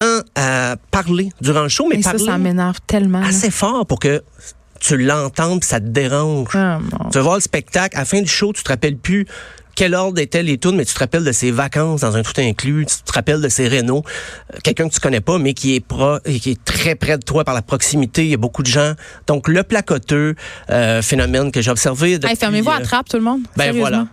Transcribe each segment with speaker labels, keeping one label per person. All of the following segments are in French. Speaker 1: hein, à parler durant le show, mais
Speaker 2: Et ça,
Speaker 1: parler
Speaker 2: ça m'énerve tellement. là.
Speaker 1: assez fort pour que tu l'entendes pis ça te dérange.
Speaker 2: Ah, mon-
Speaker 1: Tu vas voir le spectacle, à la fin du show, tu te rappelles plus quel ordre étaient les tunes, mais tu te rappelles de ses vacances dans un tout inclus, tu te rappelles de ses rénaux, Euh, quelqu'un que tu connais pas, mais qui est pro, et qui est très près de toi par la proximité, il y a beaucoup de gens. Donc, le placoteux, euh, phénomène que j'ai observé.
Speaker 2: Hey,
Speaker 1: depuis,
Speaker 2: Fermez-vous à
Speaker 1: euh,
Speaker 2: trappe, tout le monde.
Speaker 1: ben
Speaker 2: Sérieusement.
Speaker 1: voilà.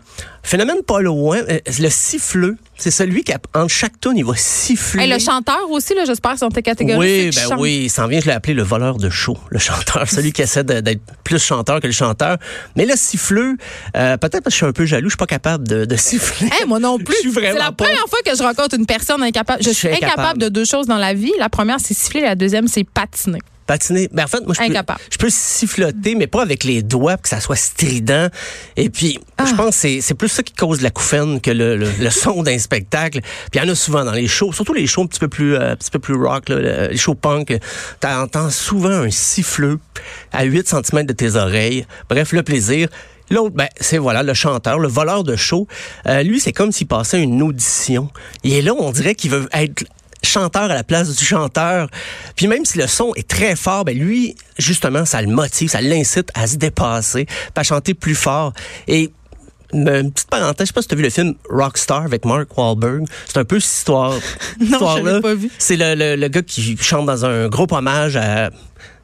Speaker 1: Phénomène pas loin, euh, le siffleux, c'est celui qui, entre chaque tune, il va siffler.
Speaker 2: Hey, le chanteur aussi, là, j'espère, sont tes catégories.
Speaker 1: Oui, ben oui, il s'en vient, je l'ai appelé le voleur de show, le chanteur, celui qui essaie de- d'être plus chanteur que le chanteur. Mais le siffleux, euh, peut-être parce que je suis un peu jaloux, je suis pas capable de, de siffler.
Speaker 2: moi non plus.
Speaker 1: Je suis
Speaker 2: C'est
Speaker 1: vraiment
Speaker 2: la
Speaker 1: pas-
Speaker 2: première fois que je rencontre une personne incapable. Je suis incapable, de deux choses dans la vie. La première, c'est siffler. La deuxième, c'est patiner.
Speaker 1: Patiner. Ben, en fait, moi, je peux,
Speaker 2: Incapable.
Speaker 1: je peux siffloter, mais pas avec les doigts, pour que ça soit strident. Et puis, je pense que c'est- c'est plus ça qui cause la couffaine que le, le- le son d'un spectacle. Puis, il y en a souvent dans les shows, surtout les shows un petit peu plus, euh, un petit peu plus rock, là, le- les shows punk. T'entends souvent un siffleux à 8 cm de tes oreilles. Bref, le plaisir. L'autre, ben, c'est voilà, le chanteur, le voleur de show. Euh, lui, c'est comme s'il passait une audition. Il est là, on dirait qu'il veut être chanteur à la place du chanteur. Puis même si le son est très fort, ben lui, justement, ça le motive, ça l'incite à se dépasser, puis à chanter plus fort. Et euh, une petite parenthèse, je sais pas si tu as vu le film Rockstar avec Mark Wahlberg. C'est un peu cette histoire.
Speaker 2: Non,
Speaker 1: histoire-là.
Speaker 2: je l'ai pas vu.
Speaker 1: C'est le, le- le gars qui chante dans un gros hommage à.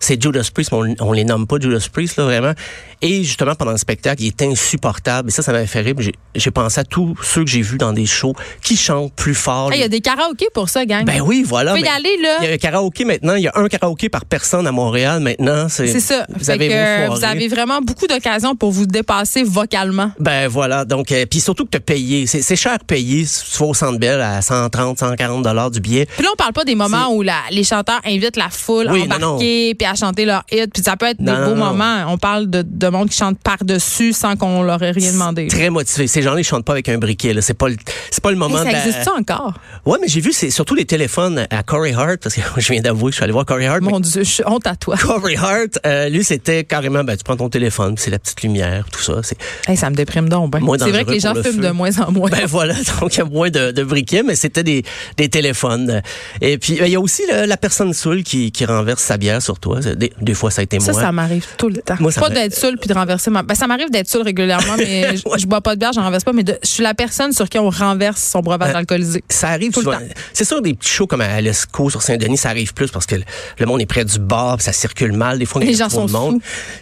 Speaker 1: C'est Judas Priest, mais on, on les nomme pas Judas Priest, là, vraiment. Et justement, pendant le spectacle, il est insupportable. Et ça, ça m'avait fait rire. J'ai- J'ai pensé à tous ceux que j'ai vus dans des shows qui chantent plus fort.
Speaker 2: Hey, Il y a des karaokés pour ça, gang.
Speaker 1: Ben oui, voilà.
Speaker 2: Faut y
Speaker 1: mais
Speaker 2: aller, là.
Speaker 1: Il y a un karaoké maintenant. Il y a un karaoké par personne à Montréal maintenant.
Speaker 2: C'est ça.
Speaker 1: Vous
Speaker 2: Fait
Speaker 1: avez
Speaker 2: que, euh,
Speaker 1: vos
Speaker 2: vous
Speaker 1: soirées.
Speaker 2: avez vraiment beaucoup d'occasions pour vous dépasser vocalement.
Speaker 1: Ben voilà, donc euh, puis surtout que t'as payé, c'est c'est cher payé, si tu vas au Centre Bell à 130, 140 dollars du billet.
Speaker 2: Puis là, on parle pas des moments où la- les chanteurs invitent la foule
Speaker 1: Oui,
Speaker 2: à
Speaker 1: non, non.
Speaker 2: embarquer puis à chanter leur hit. Puis ça peut être
Speaker 1: Non,
Speaker 2: des beaux
Speaker 1: non, non.
Speaker 2: moments. On parle de, de monde qui chante par-dessus sans qu'on leur ait rien demandé.
Speaker 1: Très motivé. Ces gens-là, ils chantent pas avec un briquet. là. C'est pas le, c'est pas le
Speaker 2: Hey,
Speaker 1: moment.
Speaker 2: Eh, ça
Speaker 1: de la-
Speaker 2: existe encore?
Speaker 1: Ouais, mais j'ai vu, c'est surtout les téléphones à Corey Hart parce que je viens d'avouer, que je suis allé voir Corey Hart. mais
Speaker 2: Mon Dieu, je suis honte à toi.
Speaker 1: Corey Hart, euh, lui, c'était carrément, ben tu prends ton téléphone, puis c'est la petite lumière, tout ça. C'est
Speaker 2: Hey, ça me déprime donc. ben.
Speaker 1: Moins
Speaker 2: C'est vrai
Speaker 1: dangereux
Speaker 2: que les gens
Speaker 1: pour le
Speaker 2: fument
Speaker 1: feu.
Speaker 2: de moins en moins.
Speaker 1: Ben voilà, donc il y a moins de, de briquets, mais c'était des, des téléphones. Et puis, ben, il y a aussi le- la personne saoule qui, qui renverse sa bière sur toi. Des, des fois, ça a été
Speaker 2: ça,
Speaker 1: moi.
Speaker 2: ça m'arrive tout le temps.
Speaker 1: Moi, ça
Speaker 2: pas
Speaker 1: me-
Speaker 2: d'être seule puis de renverser ma. Ben, ça m'arrive d'être seule régulièrement, mais je, je bois pas de bière, j'en renverse pas. Mais de- je suis la personne sur qui on renverse son
Speaker 1: Ben,
Speaker 2: breuvage alcoolisé.
Speaker 1: Ça arrive
Speaker 2: Tout le
Speaker 1: souvent.
Speaker 2: temps.
Speaker 1: C'est sûr, des petits shows comme à Lescaut sur Saint-Denis, ça arrive plus parce que le- le monde est près du bar, puis ça circule mal. Des fois, on
Speaker 2: Les
Speaker 1: est
Speaker 2: gens
Speaker 1: trop de
Speaker 2: sont
Speaker 1: monde.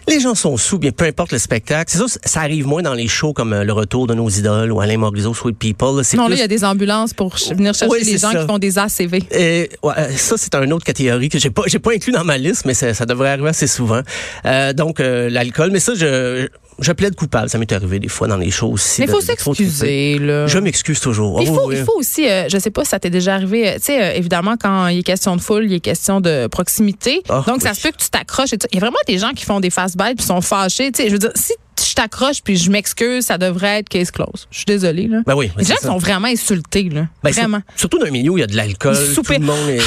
Speaker 1: Les gens sont sous, bien peu importe le spectacle. C'est sûr, ça arrive moins dans les shows comme euh, Le Retour de nos idoles ou Alain Morisot, Sweet People. là. C'est
Speaker 2: Non,
Speaker 1: plus-
Speaker 2: là, il y a des ambulances pour ch- venir chercher
Speaker 1: Oui,
Speaker 2: les
Speaker 1: c'est
Speaker 2: gens
Speaker 1: ça.
Speaker 2: qui font des ACV.
Speaker 1: Et, ouais, euh, ça, c'est une autre catégorie que j'ai pas, j'ai pas inclus dans ma liste, mais ça, ça devrait arriver assez souvent. Euh, donc, euh, l'alcool. Mais ça, je, je plaide coupable. Ça m'est arrivé des fois dans les choses aussi.
Speaker 2: Mais il
Speaker 1: de-
Speaker 2: faut
Speaker 1: de trop
Speaker 2: s'excuser, là.
Speaker 1: couper. Je m'excuse toujours.
Speaker 2: Il
Speaker 1: Oh,
Speaker 2: faut,
Speaker 1: oui.
Speaker 2: il faut aussi, euh, je sais pas si ça t'est déjà arrivé, euh, tu sais, euh, évidemment, quand il est question de foule, il est question de proximité.
Speaker 1: Ah,
Speaker 2: Donc, ça
Speaker 1: oui.
Speaker 2: se peut que tu t'accroches et tout. Il y a vraiment des gens qui font des fast bites puis sont fâchés. Tu sais, je veux dire, si je t'accroche puis je m'excuse, ça devrait être case close. Je suis désolée, là.
Speaker 1: Ben oui.
Speaker 2: les
Speaker 1: c'est
Speaker 2: gens
Speaker 1: ça.
Speaker 2: sont vraiment insultés, là.
Speaker 1: Ben, sur-
Speaker 2: vraiment.
Speaker 1: Surtout dans le milieu où il y a de l'alcool.
Speaker 2: Ils
Speaker 1: Tout
Speaker 2: soupirent.
Speaker 1: le monde est...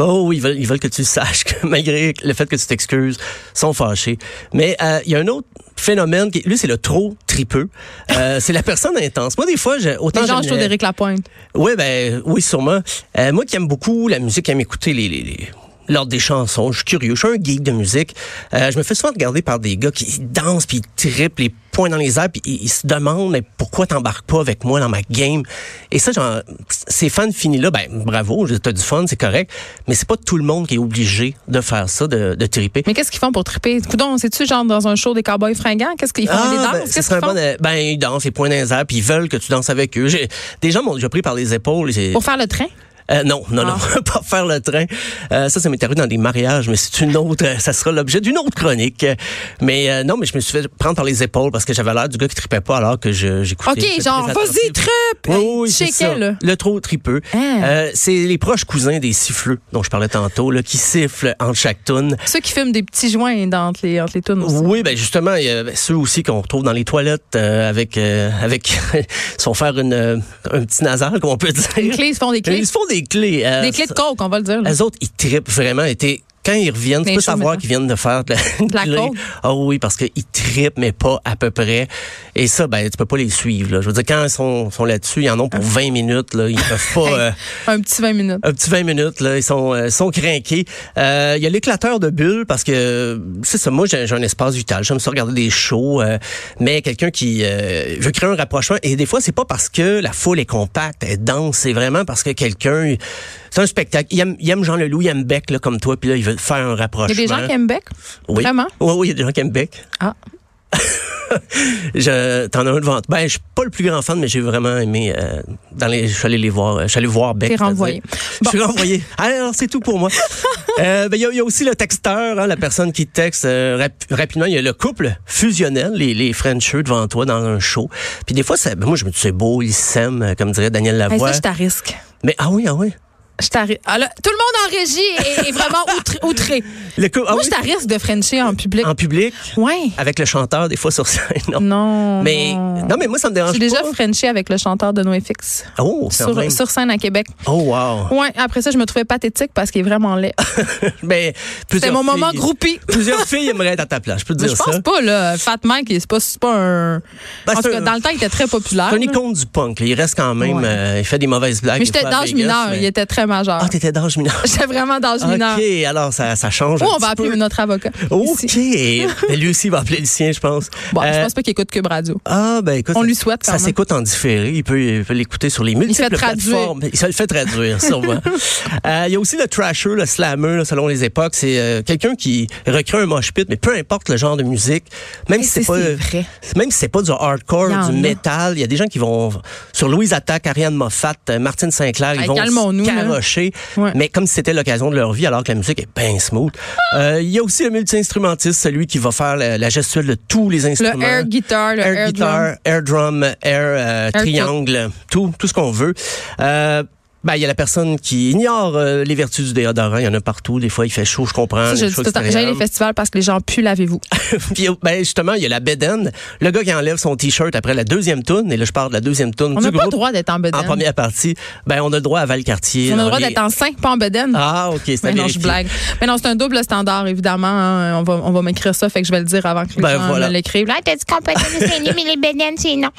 Speaker 1: Oh, ils veulent, ils veulent que tu saches que malgré le fait que tu t'excuses, ils sont fâchés. Mais euh, il y a un autre phénomène, qui, lui, c'est le trop tripeux. Euh, c'est la personne intense. Moi, des fois, j'ai- autant
Speaker 2: Les gens,
Speaker 1: j'aime
Speaker 2: je trouve
Speaker 1: le-
Speaker 2: d'Éric Lapointe.
Speaker 1: Oui, ben oui, sûrement. Euh, moi qui aime beaucoup la musique, qui aime écouter les, les, les- l'ordre des chansons, je suis curieux, je suis un geek de musique. Euh, je me fais souvent regarder par des gars qui dansent, puis ils trippent les poings dans les airs, puis ils, ils se demandent mais pourquoi t'embarques pas avec moi dans ma game. Et ça, genre, ces fans finis là, ben bravo, t'as du fun, c'est correct. Mais c'est pas tout le monde qui est obligé de faire ça, de, de tripper.
Speaker 2: Mais qu'est-ce qu'ils font pour triper? Coudon, c'est-tu genre dans un show des cowboys fringants? Qu'est-ce qu'ils font? des danses?
Speaker 1: ben, ce
Speaker 2: qu'est-ce
Speaker 1: serait
Speaker 2: qu'ils
Speaker 1: un
Speaker 2: font?
Speaker 1: bon, euh, ben, ils dansent les poings dans les airs, puis ils veulent que tu danses avec eux. J'ai, des gens m'ont déjà pris par les épaules. et-
Speaker 2: Pour faire le train?
Speaker 1: Euh, non, non,
Speaker 2: Ah.
Speaker 1: non, pas faire le train. Euh, ça, ça m'est arrivé dans des mariages, mais c'est une autre, euh, ça sera l'objet d'une autre chronique. Euh, Mais euh, non, mais je me suis fait prendre par les épaules parce que j'avais l'air du gars qui tripait pas alors que je- j'écoutais.
Speaker 2: OK,
Speaker 1: J'étais
Speaker 2: genre,
Speaker 1: très
Speaker 2: vas-y,
Speaker 1: attentif.
Speaker 2: trip!
Speaker 1: Oui, oui,
Speaker 2: Checker,
Speaker 1: c'est ça.
Speaker 2: là.
Speaker 1: Le trop tripeux.
Speaker 2: Hein.
Speaker 1: Euh, c'est les proches cousins des siffleux dont je parlais tantôt, là, qui sifflent entre chaque toune.
Speaker 2: Ceux qui fument des petits joints dans, entre les, entre les tunes aussi.
Speaker 1: Oui, ben justement, il y a ben, ceux aussi qu'on retrouve dans les toilettes euh, avec euh, avec ils se font faire une euh, un petit nasal, comme on peut dire.
Speaker 2: Les clés, ils se font des clés.
Speaker 1: Ils se font des clés. euh,
Speaker 2: Des clés de coke, on va le dire. là.
Speaker 1: Les autres, ils trippent vraiment. Étaient quand ils reviennent, tu
Speaker 2: Des
Speaker 1: peux
Speaker 2: shows,
Speaker 1: savoir
Speaker 2: mettons.
Speaker 1: qu'ils viennent de faire de la,
Speaker 2: De la
Speaker 1: de la-
Speaker 2: coke.
Speaker 1: Ah oui, parce qu'ils trippent, mais pas à peu près. Et ça, ben, tu peux pas les suivre. là. Je veux dire, quand ils sont, sont là-dessus, ils en ont pour 20 minutes. Là. Ils peuvent pas...
Speaker 2: Ah. Hey,
Speaker 1: euh,
Speaker 2: Un petit 20 minutes.
Speaker 1: un petit 20 minutes, là, ils sont, euh, sont crinqués. Euh, Il y a l'éclateur de bulles parce que, euh, c'est ça, moi j'ai j'ai un espace vital, j'aime ça regarder des shows, euh, mais quelqu'un qui euh, veut créer un rapprochement, et des fois c'est pas parce que la foule est compacte, elle est dense, c'est vraiment parce que quelqu'un, c'est un spectacle, il aime, il aime Jean Leloup, il aime Beck là, comme toi, puis là il veut faire un
Speaker 2: Il y
Speaker 1: rapprochement.
Speaker 2: a des gens qui aiment Beck.
Speaker 1: oui.
Speaker 2: Vraiment?
Speaker 1: Oui, oui, il y a des gens qui aiment Beck.
Speaker 2: Ah.
Speaker 1: Je- T'en as un devant. Ben, je suis pas le plus grand fan, mais j'ai vraiment aimé. euh, dans les, je suis allé les voir. euh, Je suis allé voir Beck.
Speaker 2: T'es
Speaker 1: je veux
Speaker 2: renvoyé.
Speaker 1: dire. Je suis renvoyé. Ah, Alors, c'est tout pour moi. Euh, ben, Il y, a- il y a aussi le texteur, hein, la personne qui texte euh, rap- rapidement. Il y a le couple fusionnel, les, les Frencheux devant toi dans un show. Puis des fois, ça, ben, moi, je me dis, c'est beau, ils s'aiment, euh, comme dirait Daniel
Speaker 2: Hey,
Speaker 1: Lavoie.
Speaker 2: Ben, ça, je suis à risque.
Speaker 1: mais ah oui, ah oui.
Speaker 2: Je suis à ri- Ah là, tout le monde en régie est, est vraiment outré. outré.
Speaker 1: Le couple, ah
Speaker 2: Moi,
Speaker 1: oui,
Speaker 2: je suis à risque de Frencher en public.
Speaker 1: en public,
Speaker 2: Ouais.
Speaker 1: avec le chanteur, des fois sur scène. Non.
Speaker 2: Non.
Speaker 1: Mais,
Speaker 2: non.
Speaker 1: non, mais moi, ça me
Speaker 2: Je
Speaker 1: dérange
Speaker 2: suis déjà
Speaker 1: pas.
Speaker 2: Frenchée avec le chanteur de NoFX
Speaker 1: Oh, quand même.
Speaker 2: sur, sur scène à Québec.
Speaker 1: Oh, wow.
Speaker 2: Ouais, après ça, je me trouvais pathétique parce qu'il est vraiment laid.
Speaker 1: Ah, Mais
Speaker 2: C'était
Speaker 1: plusieurs
Speaker 2: Ben, mon moment
Speaker 1: filles-
Speaker 2: groupie.
Speaker 1: Plusieurs filles aimeraient être à ta place, je peux te
Speaker 2: Mais
Speaker 1: dire
Speaker 2: je pense
Speaker 1: ça.
Speaker 2: pas, là. Fat Mike, c'est pas, c'est pas un.
Speaker 1: Ben,
Speaker 2: en tout
Speaker 1: c'est
Speaker 2: cas,
Speaker 1: un-
Speaker 2: dans le temps, il était très populaire.
Speaker 1: C'est un
Speaker 2: là.
Speaker 1: icône du punk. là. Il reste quand même.
Speaker 2: Ouais.
Speaker 1: euh, il fait des mauvaises blagues.
Speaker 2: Mais
Speaker 1: des
Speaker 2: j'étais
Speaker 1: fois à
Speaker 2: d'âge
Speaker 1: Vegas,
Speaker 2: mineur.
Speaker 1: mais-
Speaker 2: Il était très majeur.
Speaker 1: Ah, t'étais d'âge mineur.
Speaker 2: J'étais vraiment d'âge mineur.
Speaker 1: OK, alors ça, ça change.
Speaker 2: Ou
Speaker 1: un
Speaker 2: on va
Speaker 1: petit
Speaker 2: appeler
Speaker 1: peu.
Speaker 2: notre avocat.
Speaker 1: OK.
Speaker 2: ici.
Speaker 1: Mais lui aussi, il va appeler le sien, je pense.
Speaker 2: Bon, je
Speaker 1: Euh,
Speaker 2: pense pas qu'il écoute Cube Radio.
Speaker 1: Ah, ben écoute.
Speaker 2: On
Speaker 1: ça-
Speaker 2: lui souhaite quand
Speaker 1: Ça
Speaker 2: même.
Speaker 1: s'écoute en différé. Il peut il peut l'écouter sur les
Speaker 2: fait
Speaker 1: multiples
Speaker 2: traduire.
Speaker 1: plateformes. Il se le fait traduire, sûrement. Euh, Il y a aussi le trasher, le slammer, là, selon les époques. C'est euh, quelqu'un qui recrée un mosh pit, mais peu importe le genre de musique, même si
Speaker 2: Ça,
Speaker 1: c'est pas.
Speaker 2: c'est vrai.
Speaker 1: Même si c'est pas du hardcore,
Speaker 2: Il y en a.
Speaker 1: du métal, il y a des gens qui vont sur Louise Attaque, Ariane Moffat, euh, Martine Sinclair,
Speaker 2: Hey,
Speaker 1: ils vont
Speaker 2: calmons-nous,
Speaker 1: se
Speaker 2: là.
Speaker 1: carocher,
Speaker 2: Ouais.
Speaker 1: mais comme si c'était l'occasion de leur vie, alors que la musique est bien smooth. Euh, Il y a aussi le multi-instrumentiste, celui qui va faire la, la gestuelle de tous les instruments.
Speaker 2: Le air guitar, le air,
Speaker 1: Air guitar,
Speaker 2: drum.
Speaker 1: air drum, air, euh,
Speaker 2: Air
Speaker 1: triangle, tout, tout ce qu'on veut. Euh, ben, il y a la personne qui ignore euh, les vertus du déodorant. Il y en a partout. Des fois, il fait chaud, je comprends.
Speaker 2: Ça,
Speaker 1: les
Speaker 2: je le dis
Speaker 1: choses
Speaker 2: tout le temps. J'aime les
Speaker 1: extérieures.
Speaker 2: festivals parce que les gens puent, lavez-vous.
Speaker 1: Puis, ben, justement, il y a la bedaine. Le gars qui enlève son T-shirt après la deuxième toune, et là, je parle de la deuxième toune
Speaker 2: On
Speaker 1: du
Speaker 2: n'a pas le
Speaker 1: groupe
Speaker 2: droit d'être en
Speaker 1: en
Speaker 2: bedaine.
Speaker 1: première partie. Ben, on a le droit à Valcartier.
Speaker 2: On a
Speaker 1: dans
Speaker 2: le droit
Speaker 1: les-
Speaker 2: d'être en cinq, pas en bedaine.
Speaker 1: Ah, OK, c'est
Speaker 2: Mais non, je
Speaker 1: vérifié.
Speaker 2: blague. Mais non, c'est un double standard, évidemment. hein. On va, on va m'écrire ça, fait que je vais le dire avant que les
Speaker 1: Ben,
Speaker 2: gens
Speaker 1: voilà.
Speaker 2: me l'écrivent.
Speaker 3: Là, t'as dit qu'on peut aimer ses nuits, mais les bédaines, c'est non.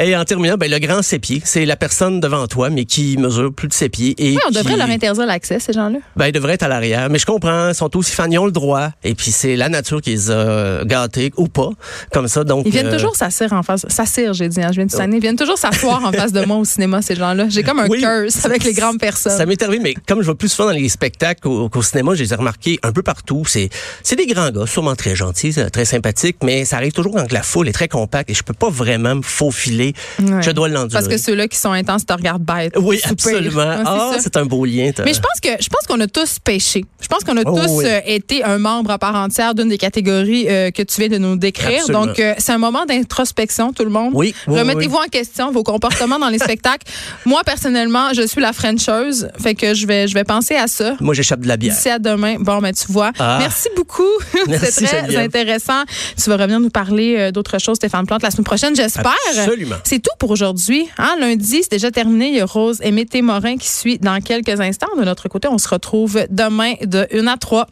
Speaker 1: Et en terminant, ben, le grand sépier, c'est la personne devant toi, mais qui mesure plus de ses pieds. Et
Speaker 2: Oui, on devrait
Speaker 1: qui-
Speaker 2: leur interdire l'accès, ces gens-là.
Speaker 1: Ben, ils devraient être à l'arrière. Mais je comprends, ils sont aussi fans, ils ont le droit. Et puis, c'est la nature qui les a gâtés, ou pas, comme ça. Donc,
Speaker 2: Ils viennent
Speaker 1: euh, Oh.
Speaker 2: toujours s'asseoir en face. S'asseoir, j'ai dit, hein, je viens de sonner. Ils viennent toujours s'asseoir en face de moi au cinéma, ces gens-là. J'ai comme un
Speaker 1: Oui.
Speaker 2: curse avec les grandes
Speaker 1: Ça
Speaker 2: personnes.
Speaker 1: m'est arrivé, mais comme je vais plus souvent dans les spectacles qu'au qu'au cinéma, je les ai remarqués un peu partout. C'est c'est des grands gars, sûrement très gentils, euh, très sympathiques, mais ça arrive toujours quand la foule est très compacte et je peux pas vraiment me faufiler.
Speaker 2: Ouais.
Speaker 1: Je dois l'endurer.
Speaker 2: Parce que ceux-là qui sont intenses te regardent bête.
Speaker 1: oui,
Speaker 2: Super.
Speaker 1: absolument.
Speaker 2: Ouais, c'est
Speaker 1: Ah,
Speaker 2: ça.
Speaker 1: c'est un beau lien. t'as-
Speaker 2: Mais je pense que je pense qu'on a tous péché. Je pense qu'on a
Speaker 1: Oh,
Speaker 2: tous
Speaker 1: oui.
Speaker 2: euh, été un membre à part entière d'une des catégories euh, que tu viens de nous décrire.
Speaker 1: Absolument.
Speaker 2: Donc euh, c'est un moment d'introspection tout le monde.
Speaker 1: Oui, oui,
Speaker 2: Remettez-vous en question vos comportements dans les spectacles. Moi personnellement, je suis la frencheuse, fait que je vais je vais penser à ça.
Speaker 1: Moi, j'échappe de la bière.
Speaker 2: D'ici à demain. Bon, ben, tu vois.
Speaker 1: Ah.
Speaker 2: Merci beaucoup.
Speaker 1: Merci,
Speaker 2: C'est très
Speaker 1: Geneviève.
Speaker 2: intéressant. Tu vas revenir nous parler euh, d'autres choses, Stéphane Plante, la semaine prochaine, j'espère.
Speaker 1: Absolument.
Speaker 2: C'est tout pour aujourd'hui. Hein, lundi, c'est déjà terminé. Il y a Rose Mété Morin qui suit dans quelques instants. De notre côté, on se retrouve demain de 1 à 3.